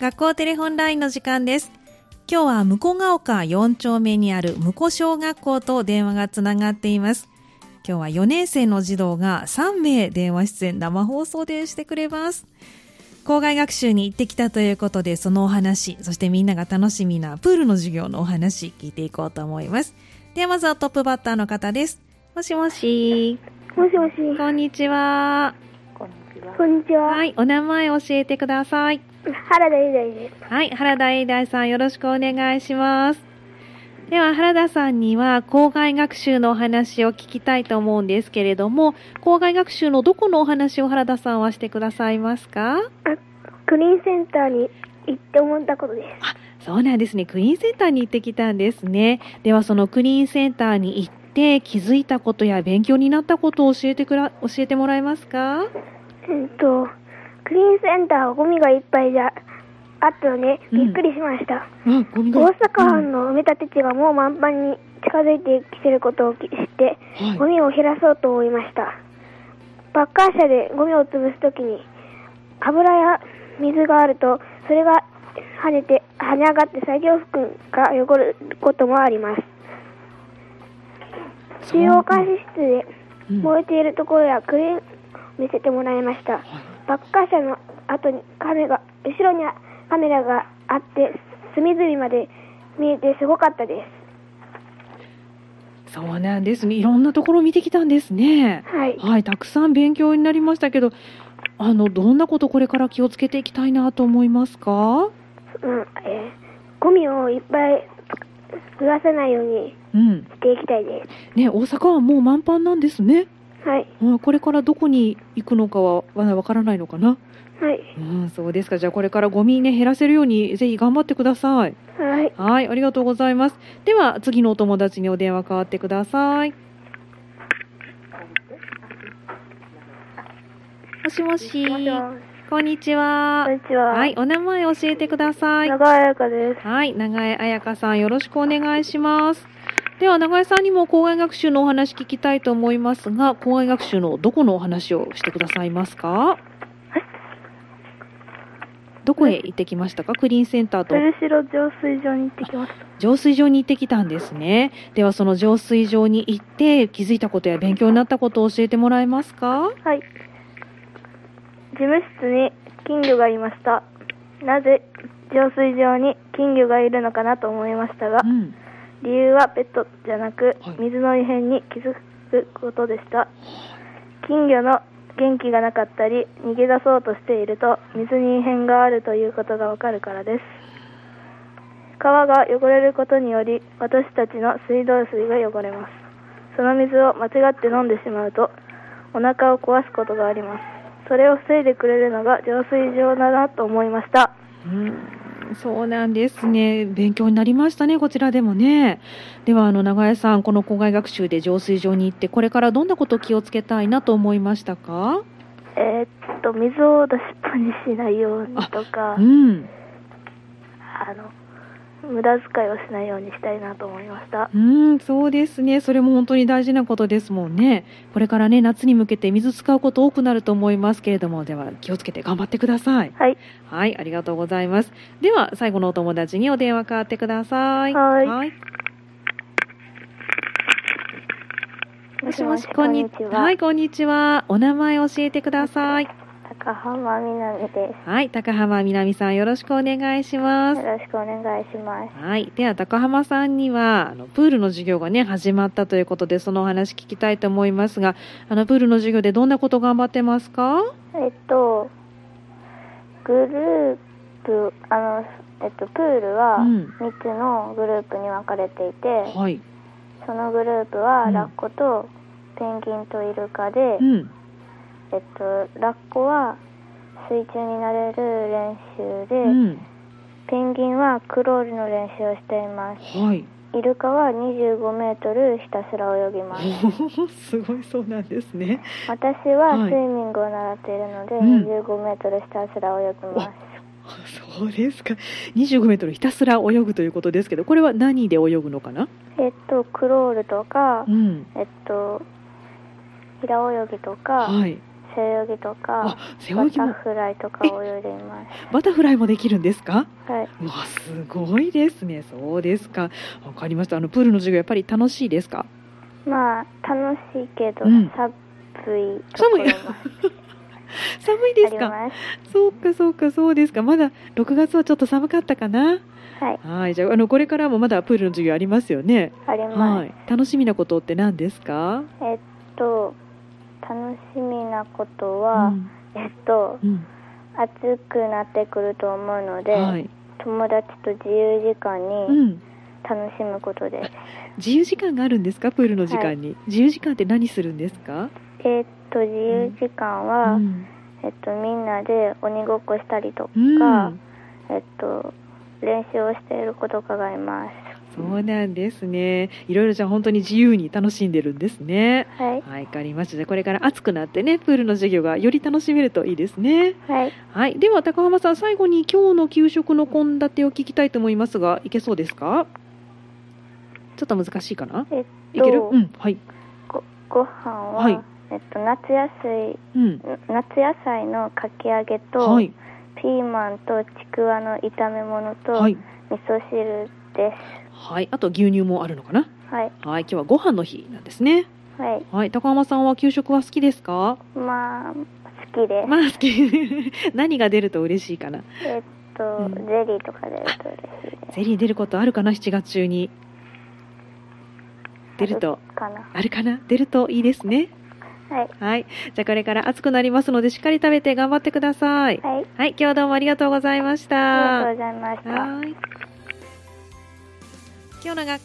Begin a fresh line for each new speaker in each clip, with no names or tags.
学校テレホンラインの時間です今日は向こうが丘4丁目にある向こ小学校と電話がつながっています今日は4年生の児童が3名電話出演生放送でしてくれます校外学習に行ってきたということでそのお話そしてみんなが楽しみなプールの授業のお話聞いていこうと思いますではまずはトップバッターの方ですもしもし
もしもし。
こんにちは
こんにちは。
こんにちは。
はいお名前教えてください
原田雄大です。
はい、原田英大さんよろしくお願いします。では原田さんには校外学習のお話を聞きたいと思うんですけれども、校外学習のどこのお話を原田さんはしてくださいますか
クリーンセンターに行って思ったことです。
そうなんですね、クリーンセンターに行ってきたんですね。ではそのクリーンセンターに行って気づいたことや勉強になったことを教えてくら教えてもらえますか
えっと、クリーンセンターはゴミがいっぱいじゃあったので、
うん
びっくりしました。
うん、ゴミ
大阪湾の埋め立て地がもう満帆に近づいてきてることを知って、ゴミを減らそうと思いました。バッカー車でゴミを潰すときに、油や水があると、それが跳ねて、跳ね上がって作業服が汚ることもあります。中央監視室で燃えているところやクレーンを見せてもらいました。バッカー車の後にカメが、後ろにカメラがあって、隅々まで見えてすごかったで
そうなんですね、いろんなところ見てきたんですね。
す。はい。
はい、たくさん勉強になりましたけど、あのどんなことこれから気をつけていきたいなと思いますか？
うん、えーゴミをいっぱい増やさないように
うん、
していきたいで
ね、大阪はもう満帆なんですね。
す。はい。
うんこれからどこに行くのかはまだわからないのかな。
はい。
うん、そうですか。じゃあこれからゴミね減らせるようにぜひ頑張ってください。
はい。
はい、ありがとうございます。では次のお友達にお電話変わってください。もしもし、
こんにちは。
こんにちは。は、
はい
お名前教えてください。
長谷香です。
はい、長江彩香さんよろしくお願いします。では長江さんにも校外学習のお話聞きたいと思いますが、校外学習のどこのお話をしてくださいますか。どこへ行ってきましたか、クリーンセンターと
代浄水場に行ってきました。
浄水場に行ってきたんですね。ではその浄水場に行って気づいたことや勉強になったことを教えてもらえますか。
はい。事務室に金魚がいました。なぜ浄水場に金魚がいるのかなと思いましたが
う、ん、
理由はペットじゃなく
はい
水の異変に気づくことでした。金魚の元気がなかったり逃げ出そうとしていると水に異変があるということがわかるからです。川が汚れることにより私たちの水道水が汚れますその水を間違って飲んでしまうとお腹を壊すことがありますそれを防いでくれるのが浄水場だなと思いました
うんそうなんですね。勉強になりましたね、こちらでもね。では、あの、長江さん、この校外学習で浄水場に行って、これからどんなことを気をつけたいなと思いましたか
えーっと水を出しっぱにしないようにとか
うん。
あの無駄遣いをしないようにしたいなと思いました
うん、そうですね。それも本当に大事なことですもんね。これからね、夏に向けて水使うこと多くなると思いますけれども、では、気をつけて頑張ってください。
はい
はい、ありがとうございます。では、最後のお友達にお電話変わってください。
はい
もしもし、こんにちは。はい、こんにちは。お名前教えてください。
高浜みなみで
はい、高浜みなみさん、よろしくお願いします。
ろしくお願いします
はい、では高浜さんにはあのプールの授業がね始まったということでそのお話聞きたいと思いますが、あのプールの授業でどんなこと頑張ってますか？
えっと、グループ、あの、えっと、プールは
うん
3つのグループに分かれていて、
はい、
そのグループ
う
は
ん
ラッコとペンギンとイルカで、
うん、
えっと、ラッコは水中になれる練習で、
うん、
ペンギンはクロールの練習をしています。
はい。
イルカは25メートルひたすら泳ぎます。
おお、すごいそうなんですね。
私は
はい
スイミングを習っているので、
うん
25メートルひたすら泳ぎます。
そうですか。25メートルひたすら泳ぐということですけど、これは何で泳ぐのかな？
えっと、クロールとか
う、ん、
えっと、平泳ぎとか、
はい。
背泳ぎと
あ
か、
背
バ
泳ぎ
タ
も
フライとか泳いでいま
バタフライもできるんですか
す。はい、
うわすごいですねそうですかわかりましたあのプールの授業やっぱり楽しいですか
まあ楽しいけど、
うん
寒いところも
寒い
あ
です
り
か
ます。
そうかそうかそうですかまだ6月はちょっと寒かったかな
はい、
はいじゃああのこれからもまだプールの授業ありますよね
あります。
はい楽しみなことって何ですか
えっと楽しみなこと
う
は、
ん
えっと
うん
暑くなってくると思うので、
はい
友達と自由時間
う
に
ん
楽しむことです。
自由時間があるんですかプールの時間に自由時間って何するんですか
えっと自由時間
う
は、
ん
えっとみんなで鬼ごっこしたりとか、
うん
えっと練習をしている子とかがいます。
そうなんですねいろいろじゃあ本当に自由に楽しんでるんですね
はい
はい、わかりました。じゃあこれから暑くなってね、プールの授業がより楽しめるといいですね。
はい
はい、では高浜さん、最後に今日の給食の献立を聞きたいと思いますが、いけそうですか？ちょっと難しいかな？
えっ
いける？
と
うん、はい、
ごご飯は、
はい
えっと夏野菜
うん、
夏野菜のかき揚げと、
はい、
ピーマンとちくわの炒め物と、
はい、
味噌汁です。
はい、あと牛乳もあるのかな？
はい、
はい、今日はご飯の日なんですね。
はい、
はい、高浜さんは給食は好きですか？
まあ、好きです。
まあ好き。 何が出ると嬉しいかな？
えっと、
うん
ゼリーとか出ると嬉しいで
ゼリー出ることあるかな？7月中に
す。
出ると。
かな。
あるかな出るといいですね。
はい、
はい。じゃあこれから暑くなりますので、しっかり食べて頑張ってください。
はい、
はい。今日はどうもありがとうございまし
あ
た。
りがとうございました。
はい。
今日の学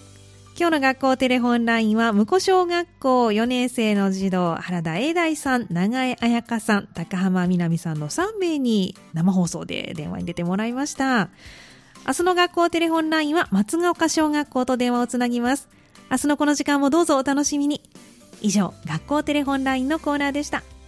今日の学校テレホンラインは、向こ小学校4年生の児童、原田英大さん、長江彩香さん、高浜みなみさんの3名に生放送で電話に出てもらいました。明日の学校テレホンラインは、松ヶ丘小学校と電話をつなぎます。明日のこの時間もどうぞお楽しみに。以上、学校テレホンラインのコーナーでした。